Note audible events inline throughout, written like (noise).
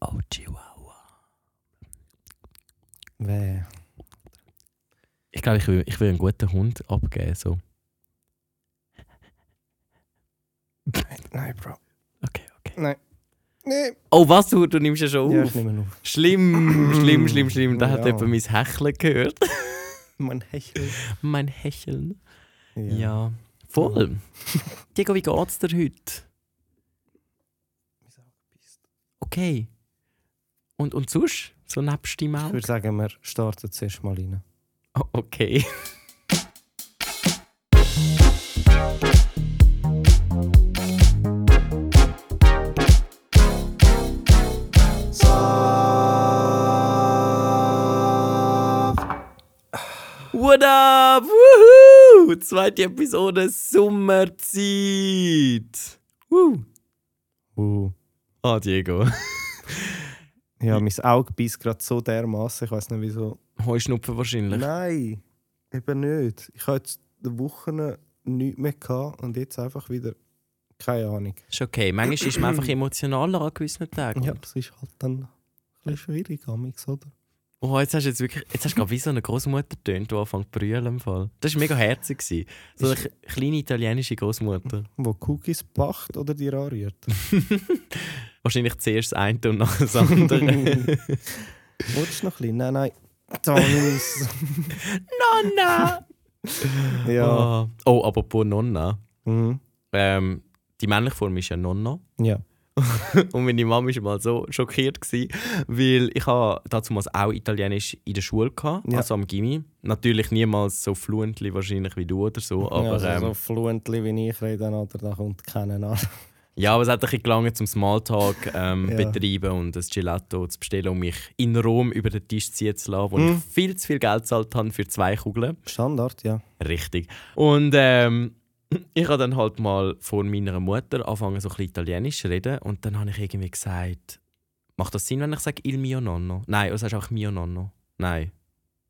Oh, Chihuahua. Weh. Ich glaube, ich will, ich will einen guten Hund abgeben. So. Nein, Bro. Okay, okay. Nein. Nein. Oh, was? Du, du nimmst ja schon Ja, auf. ich nehme auf. schlimm, schlimm, schlimm, schlimm. Da hat Ja. jemand mein Hecheln gehört. (laughs) Mein Hechel. mein Hecheln. Ja. Voll. Diego, wie geht's dir heute? Okay. Und, und sonst? So nebst dem Ich Auge? würde sagen, wir starten zuerst mal rein. Oh, okay. What up? Woohoo! Zweite Episode Sommerzeit. Woo. Uh. Ah, Diego. (laughs) Ja, mein Auge beißt gerade so dermaßen, ich weiß nicht wieso. Heuschnupfen wahrscheinlich. Nein, eben nicht. Ich hatte jetzt Wochen nichts mehr gehabt und jetzt einfach wieder. Keine Ahnung. Ist okay. Manchmal ist man einfach emotionaler an gewissen Tagen. Ja, das ist halt dann ein bisschen schwierig, Amix, oder? Oh, jetzt hast du jetzt wirklich, jetzt hast du gerade wie so eine Großmutter tönt, die anfängt zu brüllen im Fall. Das war mega herzig. Gewesen. So eine Ist- k- kleine italienische Großmutter. Wo Cookies backt oder dir anrührt. Wahrscheinlich zuerst das eine und nachher das (laughs) andere. Wolltest du noch ein bisschen? Nein, nein. Tonis. Nonna! ja. Oh, oh, apropos Nonna. Mhm. Ähm, die männliche Form ist ja Nonna. (laughs) Ja. Und meine Mama war mal so schockiert, gewesen, weil ich habe damals auch Italienisch in der Schule hatte, Ja. also am Gimmi. Natürlich niemals so fluently wahrscheinlich wie du oder so, aber... ja, also ähm, so fluently wie ich rede, oder da kommt keiner an. (laughs) Ja, aber es hat ein bisschen gelangt, zum Smalltalk ähm, Ja. betreiben und ein Gelato zu bestellen, um mich in Rom über den Tisch ziehen zu lassen, wo Hm. ich viel zu viel Geld gezahlt habe für zwei Kugeln. Standard, ja. Richtig. Und ähm, (laughs) ich habe dann halt mal vor meiner Mutter angefangen, so ein bisschen Italienisch zu reden. Und dann habe ich irgendwie gesagt, macht das Sinn, wenn ich sage «Il mio nonno»? Nein, oder sagst du auch «mio nonno»? Nein.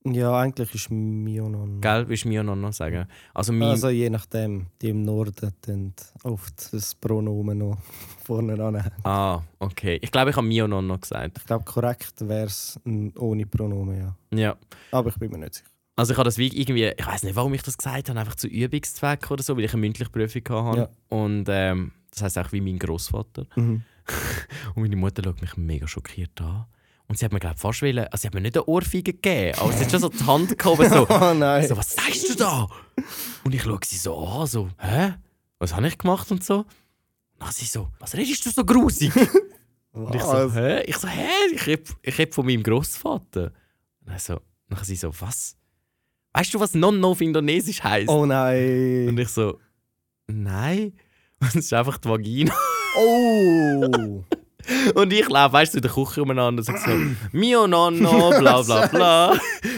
Ja, eigentlich ist Mio noch. ein- Gell? Willst du «mio nonno» sagen? Also «mi» Also je nachdem, die im Norden dann oft das Pronomen noch (laughs) vorne ran. Ah, okay. Ich glaube, ich habe «mio nonno» gesagt. Ich glaube, korrekt wäre es ohne Pronomen, ja. Ja. Aber ich bin mir nicht sicher. Also ich habe das wie irgendwie, ich weiß nicht, warum ich das gesagt habe, einfach zu Übungszwecken oder so, weil ich eine mündliche Prüfung hatte. Ja. Und ähm, das heißt auch wie mein Großvater. Und meine Mutter schaut mich mega schockiert an. Und sie hat mir glaube fast wollen, also sie hat mir nicht eine Ohrfeige gegeben, aber sie hat schon so die Hand gehoben, (laughs) so, (laughs) Oh nein. so, was sagst du da? Und ich schaue sie so an, so, hä? Was habe ich gemacht und so? Und dann sie so, was redest du so grusig? Und ich so, Was? hä? Ich so, hä? Ich rede, ich rede von meinem Großvater. Und er so, nachher sie so, was? Weißt du, was Nonno auf Indonesisch heisst? oh Und nein. ich so, nein. (laughs) Und es ist einfach die Vagina. Oh. Und ich laufe, weißt du, in der Küche umeinander und sage so, Mio (laughs) Nonno, bla bla bla.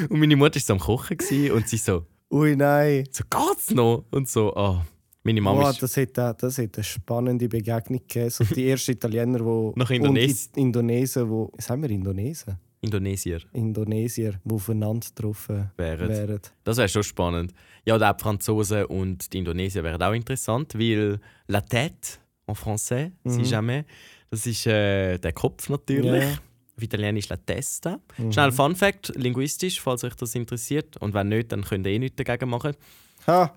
Und meine Mutter war so am Kochen gewesen und sie so, Ui nein. so geht's noch? Und so, ah. Meine Mama Wow, ist das hätte das hätte eine spannende Begegnung gegeben. So die ersten Italiener, wo (laughs) Nach Indones- Indonesien, Indonesen, wo sagen wir Indonesen, Indonesier. Indonesier, wo aufeinander getroffen Wären. wären. Das wäre schon spannend. Ja, und auch die Franzosen und die Indonesier wären auch interessant, weil la tête en français, si jamais, das ist äh, der Kopf natürlich. Mhm. Ja. Mhm. Auf Italienisch la testa. Schnell Fun Fact, linguistisch, falls euch das interessiert. Und wenn nicht, dann könnt ihr eh nichts dagegen machen. Ha.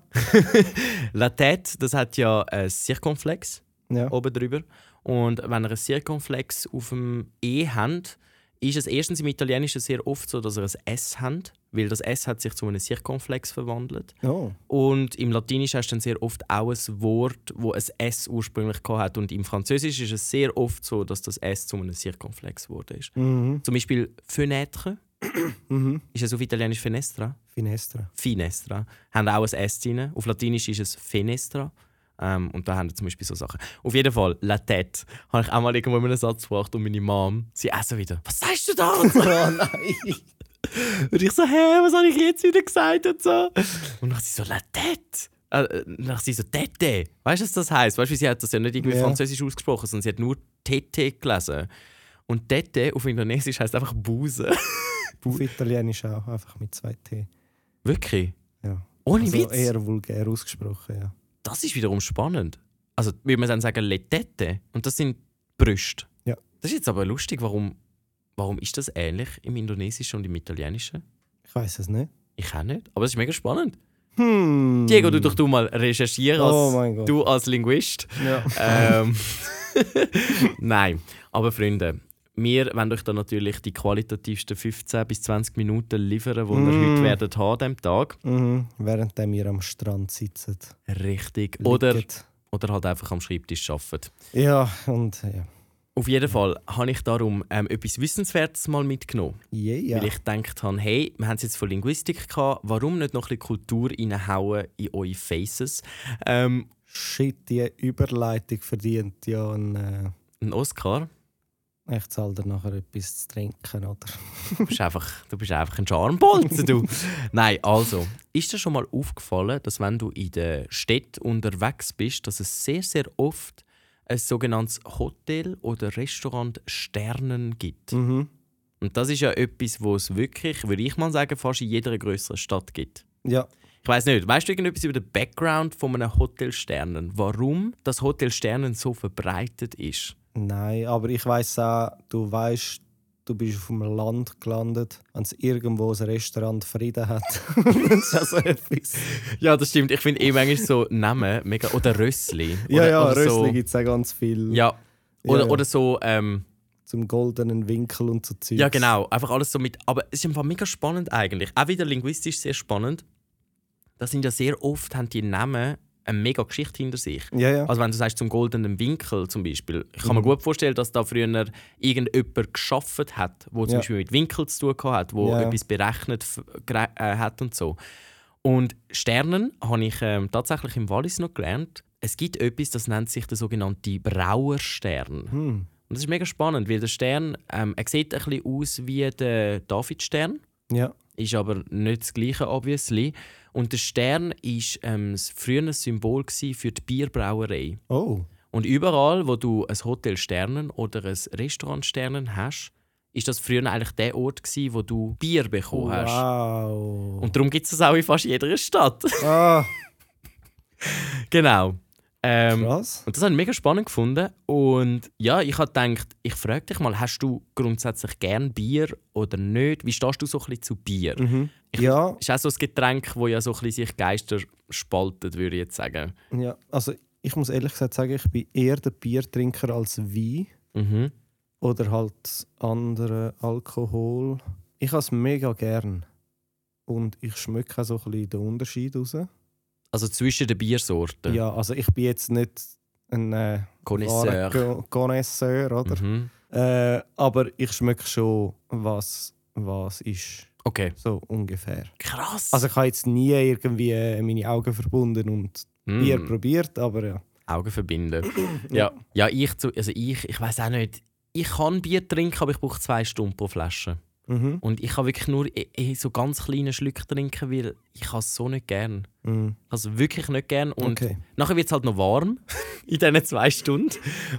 La tête, das hat ja ein Circumflex Ja. oben drüber. Und wenn ihr ein Circumflex auf dem E habt, ist es erstens im Italienischen sehr oft so, dass ihr ein S habt, weil das S hat sich zu einem Circumflex verwandelt. Oh. Und im Latinischen hast du dann sehr oft auch ein Wort, wo ein S ursprünglich gehabt hat. Und im Französischen ist es sehr oft so, dass das S zu einem Circumflex geworden ist. Mhm. Zum Beispiel Fenêtre (clears throat) Mhm. ist es auf Italienisch Fenestra. Finestra. Finestra. Haben auch ein S drin. Auf Latinisch ist es Fenestra. Ähm, und da haben wir zum Beispiel so Sachen. Auf jeden Fall, La Tête. Habe ich auch mal irgendwo einen Satz gebracht und meine Mom, sie essen wieder. Was sagst du (laughs) da? Und so. Oh nein. Und ich so, hä, was habe ich jetzt wieder gesagt und so. Und dann sie so, la tête. Äh, äh, Dann sie so, tete. Weißt du, was das heisst? Weißt du, sie hat das ja nicht irgendwie Ja. französisch ausgesprochen, sondern sie hat nur tete gelesen. Und tete auf Indonesisch heisst einfach Buse. Auf Italienisch auch, einfach mit zwei T. (laughs) Wirklich? Ja. Ohne Also Witz? eher vulgär ausgesprochen, ja. Das ist wiederum spannend. Also, würde man dann sagen, le tete. Und das sind Brüste. Ja. Das ist jetzt aber lustig, warum Warum ist das ähnlich im Indonesischen und im Italienischen? Ich weiß es nicht. Ich auch nicht, aber es ist mega spannend. Hm. Diego, du doch du mal recherchieren als, Oh mein Gott. du als Linguist. Ja. ähm, (laughs) Nein, aber Freunde, wir wollen euch dann natürlich die qualitativsten 15 bis 20 Minuten liefern, die wir Mm. heute werden haben an diesem Tag. Mhm. Während wir am Strand sitzen. Richtig. Oder, liegen. oder halt einfach am Schreibtisch arbeiten. Ja, und ja. Auf jeden Fall habe ich darum ähm, etwas Wissenswertes mal mitgenommen. Yeah, Weil ja. ich gedacht habe, hey, wir haben es jetzt von Linguistik gehabt, warum nicht noch ein bisschen Kultur reinhauen in eure Faces? Ähm, Shit, die Überleitung verdient ja einen. Äh, ein Oscar, ich zahle dir nachher etwas zu trinken, oder? du bist einfach, du bist einfach ein Charmbolzen, (laughs) du. Nein, also, ist dir schon mal aufgefallen, dass wenn du in der Stadt unterwegs bist, dass es sehr, sehr oft ein sogenanntes Hotel oder Restaurant Sternen gibt? Mhm. Und das ist ja etwas, wo es wirklich, würde ich mal sagen, fast in jeder größeren Stadt gibt. Ja. Ich weiß nicht, weißt du irgendetwas über den Background von einem Hotel Sternen? Warum das Hotel Sternen so verbreitet ist? Nein, aber ich weiß auch, du weißt, du bist auf dem Land gelandet, wenn es irgendwo ein Restaurant Frieden hat. (laughs) das ist auch so etwas. Ja, das stimmt. Ich finde eh manchmal so Namen mega. Oder Rössli. Ja, oder, ja, oder Rössli so, gibt es auch ganz viel. Ja. Oder, Ja, ja. oder so, ähm, Zum goldenen Winkel und so Zeugs. ja genau, einfach alles so mit. Aber es ist im Fall mega spannend eigentlich. Auch wieder linguistisch sehr spannend. Das sind ja sehr oft, haben die Namen eine mega Geschichte hinter sich. Ja, Mhm. ja. Also wenn du sagst zum goldenen Winkel zum Beispiel, ich kann mir gut vorstellen, dass da früher irgendjemand geschafft hat, wo zum Ja. Beispiel mit Winkel zu tun gehabt hat, wo Ja, ja. etwas berechnet f- gere- äh, hat und so. Und Sternen habe ich ähm, tatsächlich im Wallis noch gelernt. Es gibt etwas, das nennt sich der sogenannte Brauerstern. Hm. Und das ist mega spannend, weil der Stern, ähm, er sieht ein bisschen aus wie der Davidstern Ja. ist aber nicht das gleiche, obviously. Und der Stern war ähm, das frühere Symbol gsi für die Bierbrauerei. Oh. Und überall, wo du ein Hotel Sternen oder ein Restaurant Sternen hast, ist das früher eigentlich der Ort, gsi, wo du Bier bekommen Oh, hast. (laughs) Wow. Und darum gibt es das auch in fast jeder Stadt. (laughs) Ah, genau. Ähm, krass. und das habe ich mega spannend gefunden. Und ja, ich habe gedacht, ich frage dich mal, hast du grundsätzlich gern Bier oder nicht? Wie stehst du so ein bisschen zu Bier? Mhm. Ja, ist auch so ein Getränk, wo ja so ein bisschen sich Geister spaltet, würde ich jetzt sagen. ja. Also ich muss ehrlich gesagt sagen, ich bin eher der Biertrinker als Wein. Mhm. Oder halt andere Alkohol. Ich has mega gern. Und ich schmecke auch so ein bisschen den Unterschied raus. Also zwischen den Biersorten. Ja, also ich bin jetzt nicht ein äh, wahrer Connoisseur. Con- Connoisseur, oder? Mhm. Äh, aber ich schmecke schon, was, was ist. Okay. So ungefähr. Krass. Also ich habe jetzt nie irgendwie äh, meine Augen verbunden und Mm, Bier probiert, aber ja. Augen (clears throat) verbinden. ja. Ja, ich, zu, also ich, ich weiß auch nicht. Ich kann Bier trinken, aber ich brauche zwei Stunden pro Flasche. Mhm. Und ich kann wirklich nur eh- eh so ganz kleine Schlücke trinken, weil ich es so nicht gern. Mhm. Also wirklich nicht gern. Und Okay. nachher wird es halt noch (laughs) warm in diesen zwei Stunden.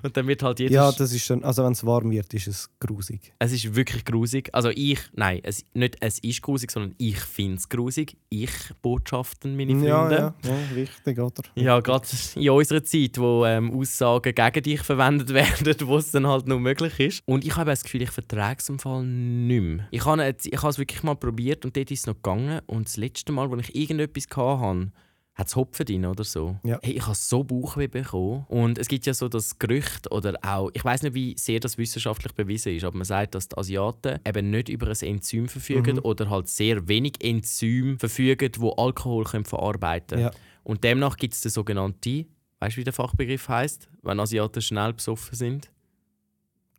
Und dann wird halt jedes Ja, das ist dann, also wenn es warm wird, ist es grusig. Es ist wirklich grusig. Also ich, nein, es, nicht es ist grusig, sondern ich finde es grusig. Ich Botschaften, meine Freunde. Ja, ja, ja, wichtig, oder? Ja, gerade in unserer Zeit, wo ähm, Aussagen gegen dich verwendet (laughs) werden, wo es dann halt nur möglich ist. Und ich habe auch das Gefühl, ich vertrage es im Fall nicht mehr. Ich habe jetzt- ich habe es wirklich mal probiert und dort ist es noch gegangen. Und das letzte Mal, als ich irgendetwas hatte, hat es Hopfen drin oder so. Ja. Hey, ich habe so Bauchweh bekommen. Und es gibt ja so das Gerücht oder auch, ich weiß nicht, wie sehr das wissenschaftlich bewiesen ist, aber man sagt, dass die Asiaten eben nicht über ein Enzym verfügen oder halt sehr wenig Enzym verfügen, wo Alkohol können verarbeiten Ja. und demnach gibt es den sogenannten, weißt du, wie der Fachbegriff heißt, wenn Asiaten schnell besoffen sind?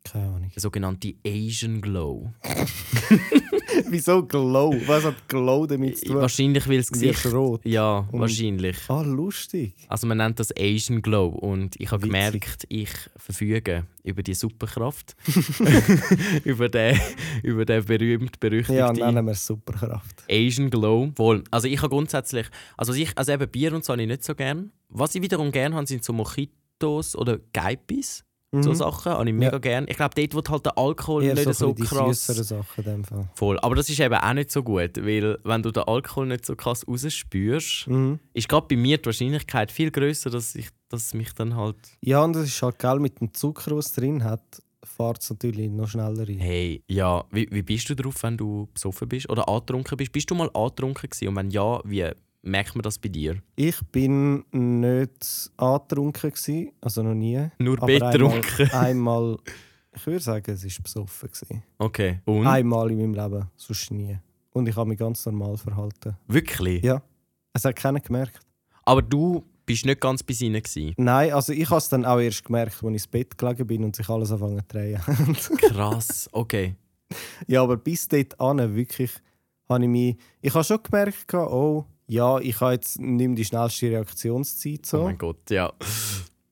Keine Ahnung. Der sogenannte Asian Glow. (laughs) Wieso Glow? Was hat Glow damit zu tun? Wahrscheinlich, weil das Du wirst Gesicht. rot. Ja, Und- wahrscheinlich. Ah, (laughs) lustig. Also man nennt das Asian Glow und ich habe Witzig. gemerkt, ich verfüge über die (laughs) Superkraft, (laughs) über den, über den berühmt berüchtigten Ja, nennen wir es Superkraft. Asian Glow. Wohl, also ich habe grundsätzlich, also ich, also eben Bier und so habe ich nicht so gern. Was ich wiederum gern habe, sind so Mojitos oder Gaipis. Mhm. So Sachen habe ich mega gern. Ich glaube, dort wird halt der Alkohol Eher nicht so ein bisschen die süsseren krass. Sachen in dem Fall. Voll. Aber das ist eben auch nicht so gut, weil wenn du den Alkohol nicht so krass rausspürst, Mhm. ist gerade bei mir die Wahrscheinlichkeit viel größer, dass ich dass mich dann halt. Ja, und das ist halt geil mit dem Zucker, was drin hat. fährt es natürlich noch schneller rein. Hey, ja, wie, wie bist du drauf, wenn du besoffen bist oder angetrunken bist? Bist du mal angetrunken gewesen? Und wenn ja, wie merkt man das bei dir? Ich bin nicht angetrunken, gewesen, also noch nie. Nur Aber (laughs) betrunken. Einmal, einmal, ich würde sagen, es war besoffen. Gewesen. Okay. Und? Einmal in meinem Leben, sonst nie. Und ich habe mich ganz normal verhalten. Wirklich? Ja. Es hat keiner gemerkt. Aber du bist nicht ganz bei ihnen (laughs) gewesen. Nein, also ich habe es dann auch erst gemerkt, als ich ins Bett gelegen bin und sich alles anfangen zu drehen. (laughs) Krass. Okay. ja, aber bis dort an wirklich habe ich mich... Ich habe schon gemerkt, gehabt, oh, ja, ich habe jetzt nicht mehr die schnellste Reaktionszeit. Oh So. mein Gott, ja.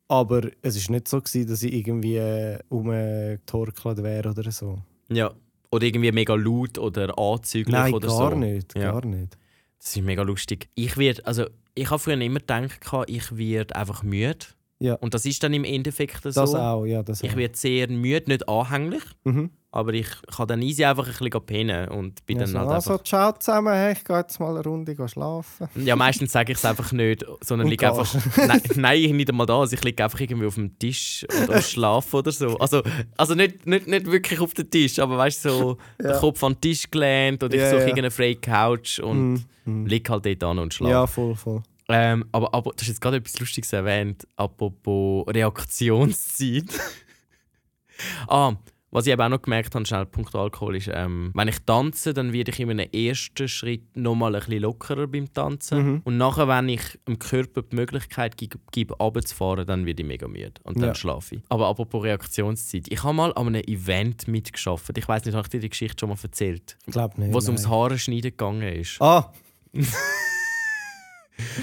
aber es ist nicht so, gewesen, dass ich irgendwie äh, rumgetorkelt wäre oder so. Ja. Oder irgendwie mega laut oder anzüglich Nein, oder so. gar nicht, Ja. gar nicht. Das ist mega lustig. Ich werde, also ich habe früher immer gedacht, gehabt, ich werde einfach müde. Ja. Und das ist dann im Endeffekt so. Das auch, ja, das Ich auch. werde sehr müde, nicht anhänglich, Mhm. aber ich kann dann easy einfach ein bisschen pennen und bin Ja, dann so, halt also, einfach... ciao zusammen, hey, ich gehe jetzt mal eine Runde gehen schlafen. Ja, meistens sage ich es einfach nicht, sondern Und liege einfach... (laughs) Nein, nein, ich nicht einmal da, also ich liege einfach irgendwie auf dem Tisch oder schlafe oder so. Also, also nicht, nicht, nicht wirklich auf den Tisch, aber weißt du, so (laughs) Ja. der Kopf an den Tisch gelehnt und ich Ja, suche ja. irgendeine freie Couch und Mhm. Mhm. liege halt dort an und schlafe. Ja, voll, voll. Ähm, aber, aber du hast jetzt gerade etwas Lustiges erwähnt, apropos Reaktionszeit. (laughs) ah, was ich eben auch noch gemerkt habe, schnell Punkt Alkohol, ist, ähm, wenn ich tanze, dann werde ich in einem ersten Schritt nochmal ein bisschen lockerer beim Tanzen. Mhm. Und nachher, wenn ich dem Körper die Möglichkeit gebe, gebe runterzufahren, dann werde ich mega müde. Und dann Ja. schlafe ich. Aber apropos Reaktionszeit. Ich habe mal an einem Event mitgeschafft. Ich weiß nicht, habe ich dir die Geschichte schon mal erzählt? Ich glaube nicht. Wo es nein. ums Haare schneiden gegangen ist. Ah,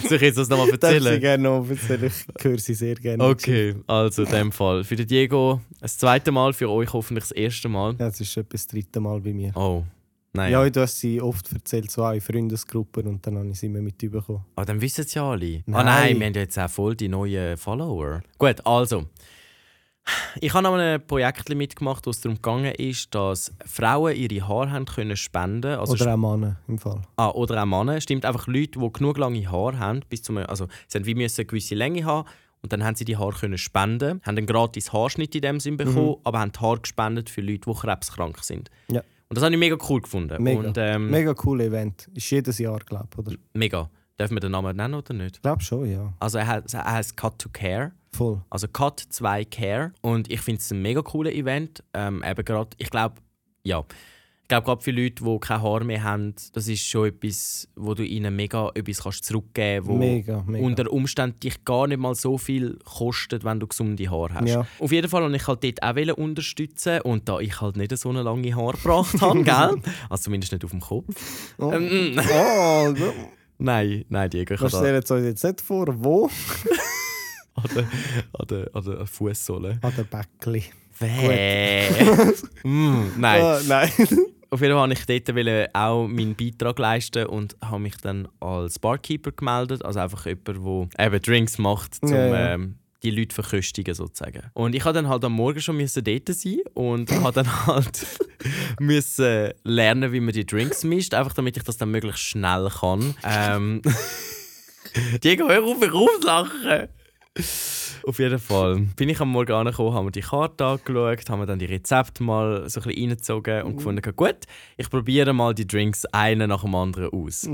Soll ich jetzt das (laughs) nochmal Darf sie erzählen? gerne noch erzählen? Ich höre sie sehr gerne. Okay, also in dem Fall. Für den Diego das zweite Mal, für euch hoffentlich das erste Mal. Ja, es ist etwa das dritte Mal bei mir. Oh, nein. Ja, du hast sie oft erzählt, so auch in Freundesgruppen und dann habe ich sie immer mit überkommen. Aber Ah, dann wissen es ja alle. Ah Nein. nein, wir haben ja jetzt auch voll die neuen Follower. Gut, also. Ich habe an einem Projekt mitgemacht, wo es darum gegangen ist, dass Frauen ihre Haare haben können spenden also Oder auch Männer im Fall. Ah, oder auch Männer. Stimmt einfach Leute, die genug lange Haare haben, bis zum, also sie haben wie müssen eine gewisse Länge haben und dann haben sie die Haare können spenden, haben einen gratis Haarschnitt in dem Sinn bekommen, aber haben die Haare gespendet für Leute, die krebskrank sind. Mhm. Ja. Und das habe ich mega cool gefunden. Mega. Und, ähm, mega. Mega cool Event. Ist jedes Jahr, glaube ich, oder? Ich Dürfen wir den Namen nennen oder nicht? glaube schon, ja. Also er heißt, er heißt Cut to Care. Voll. Also Cut 2 Care. Und ich finde es ein mega cooles Event. Ähm, eben gerade, ich glaube, ja. Ich glaube, gerade für Leute, die keine Haare mehr haben, das ist schon etwas, wo du ihnen mega etwas kannst zurückgeben kannst, wo Mega, mega. unter Umständen dich gar nicht mal so viel kostet, wenn du gesunde Haare hast. Ja. Auf jeden Fall wollte ich halt dort auch wollen unterstützen und da ich halt nicht so eine lange Haare gebracht (laughs) habe, gell? Also zumindest nicht auf dem Kopf. Oh. Ähm, (laughs) Oh, du (laughs) nein, nein, Diego, ich wir habe da stellen uns jetzt nicht vor, wo? an der, an der, an der Fußsohle. An Ah, der Bäckli. (laughs) Bäh. mm, nein. Ah, nein. (laughs) Auf jeden Fall wollte ich dort wollte auch meinen Beitrag leisten und habe mich dann als Barkeeper gemeldet. Also einfach jemand, der eben Drinks macht, um Ja, ja. ähm, die Leute verköstigen sozusagen. Und ich habe dann halt am Morgen schon müssen dort sein und (laughs) habe dann halt müssen lernen, wie man die Drinks mischt, einfach damit ich das dann möglichst schnell kann. Ähm, (laughs) Diego, hör auf, ich rumlachen! Auf jeden Fall bin ich am Morgen angekommen, haben wir die Karte angeschaut, haben wir dann die Rezepte mal so ein bisschen reingezogen und gefunden, gut, ich probiere mal die Drinks einen nach dem anderen aus.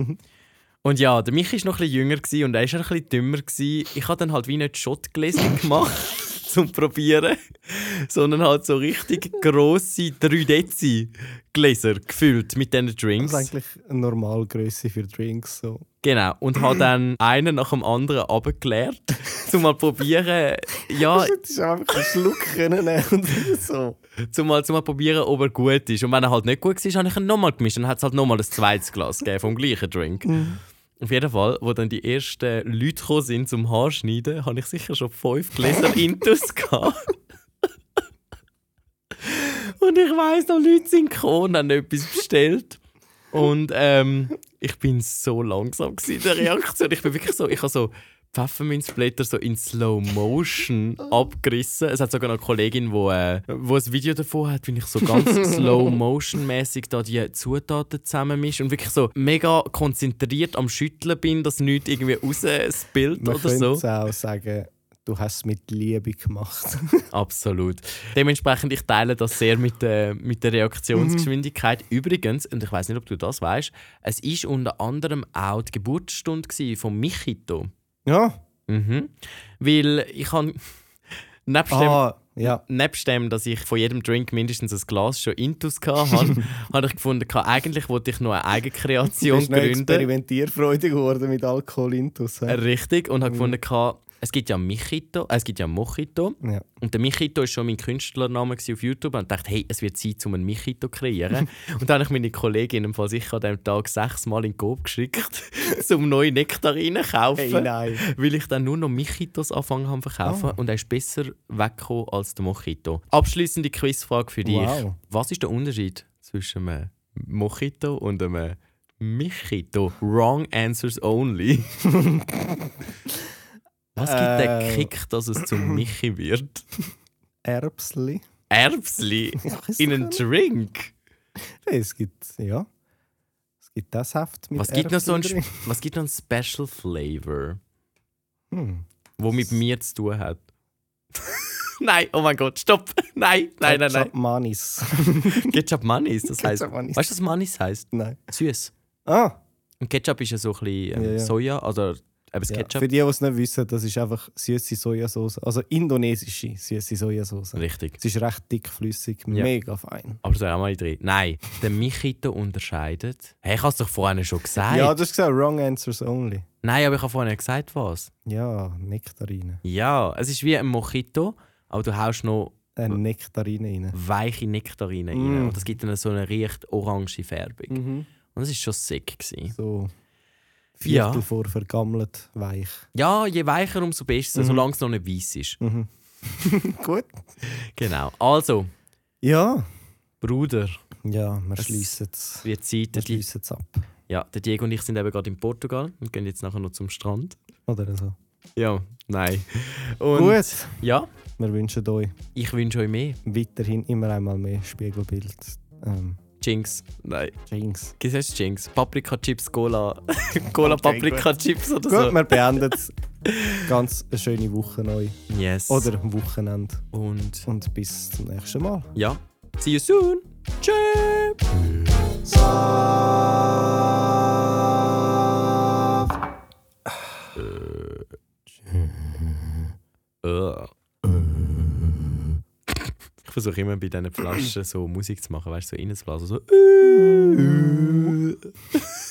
Und ja, der Michi war noch ein bisschen jünger gewesen und er war ein bisschen dümmer. Gewesen. Ich habe dann halt wie nicht Schottgläschen gemacht zum Probieren, sondern halt so richtig grosse 3-Dezi-Gläser gefüllt mit diesen Drinks. Das ist eigentlich eine Normalgröße für Drinks. So. Genau. Und habe dann einen nach dem anderen abgeklärt, (laughs) um mal probieren, ja, Das ist einfach ein Schluck können nehmen und so. um mal, um mal probieren, ob er gut ist. Und wenn er halt nicht gut war, habe ich ihn nochmal gemischt. Dann hat es halt nochmal ein zweites Glas gegeben vom gleichen Drink. Auf jeden Fall, wo dann die ersten Leute gekommen sind zum Haarschneiden, habe ich sicher schon fünf Gläser Intus gehabt. Und ich weiss noch, Leute sind gekommen und haben etwas bestellt. Und ähm, ich bin so langsam gewesen in der Reaktion. Ich bin wirklich so, ich habe so Pfefferminzblätter so in Slow Motion abgerissen. Es hat sogar noch eine Kollegin, wo, äh, wo ein Video davon hat, wie ich so (laughs) ganz Slow Motion mäßig da die Zutaten zusammenmische und wirklich so mega konzentriert am Schütteln bin, dass nichts irgendwie rausspillt (laughs) Man oder könnte so. es auch sagen, du hast es mit Liebe gemacht. (laughs) Absolut. Dementsprechend, ich teile das sehr mit, der- mit der Reaktionsgeschwindigkeit. Übrigens, und ich weiß nicht, ob du das weißt, es ist unter anderem auch die Geburtsstunde gewesen von Michito. ja. Mhm. Weil ich habe (laughs) nebst, dem, Ah, ja. nebst dem, dass ich von jedem Drink mindestens ein Glas schon intus hatte, habe ich gefunden, ka- eigentlich wollte ich noch eine Du Eigenkreation bist noch gründen. experimentierfreudig geworden mit Alkohol intus. Äh, hä? Richtig. Und habe gefunden, ka- es gibt ja Michito, äh, es gibt ja Mojito. Ja. Und der Michito war schon mein Künstlername gewesen auf YouTube und dachte, hey, es wird Zeit, um einen Michito zu (laughs) kreieren. und dann habe ich meine Kollegin im Fall sicher an diesem Tag sechsmal in den Coop geschickt, (laughs) um neue Nektarinen zu kaufen. Hey, nein. weil ich dann nur noch Michitos angefangen habe zu verkaufen Oh. und er ist besser weggekommen als der Mojito. Abschließende Quizfrage für dich. Wow. Was ist der Unterschied zwischen einem Mojito und einem Michito? Wrong answers (laughs) only. Was gibt der Äh. Kick, dass es zum Michi wird? Erbsli. (laughs) Erbsli Ich weiss in doch einen Drink. nicht. Es gibt, ja. Es gibt das Heft mit Was gibt, noch so ein, Erbsli drin. was gibt noch einen Special Flavor, Hm. wo mit mir zu tun hat? (laughs) nein, oh mein Gott, stopp! (laughs) Nein, nein, nein, nein. (laughs) Ketchup Manis. Ketchup Manis, das heißt. Ketchup Manis. Weißt du, was Manis heißt? nein. Süß. Ah, Und Ketchup ist ja so ein bisschen ähm, Ja, ja. Soja oder eben ja. Ketchup. für die, die es nicht wissen, das ist einfach süße Sojasauce. Also indonesische süße Sojasauce. Richtig. Es ist recht dickflüssig, Ja. mega fein. Aber so auch mal drin. Nein, der Michito unterscheidet. Hey, ich habe es doch vorhin schon gesagt. Ja, du hast gesagt, wrong answers only. Nein, aber ich habe vorhin gesagt, was. Ja, Nektarine. Ja, es ist wie ein Mojito, aber du haust noch Äh, Nektarine rein. weiche Nektarine rein. Und das gibt dann so eine recht orange Färbung. Und das war schon sick. Gewesen. So. Ja. Viertel vor vergammelt, weich. Ja, je weicher, umso besser, solange es noch nicht weiß ist. Gut. Genau. Also, Ja. Bruder, Ja, wir schließen es. wird Zeit, Wir der Di- schließen es ab. Ja, der Diego und ich sind eben gerade in Portugal und gehen jetzt nachher noch zum Strand. Oder so. Ja, nein. Und Gut. ja, Wir wünschen euch ich wünsche euch mehr. weiterhin immer einmal mehr Spiegelbild. Ähm, Jinx. Nein. Jinx. Was heißt Jinx? Paprika Chips, Cola. (laughs) Cola Paprika Chips oder Gut, so. (laughs) wir beenden es. Also, Ganz eine schöne Woche neu. Yes. Oder Wochenende. Und Und bis zum nächsten Mal. ja. See you soon. Tschüss. Ugh. Ich versuche immer bei diesen Flaschen so Musik zu machen, weißt du, so reinzublasen. So.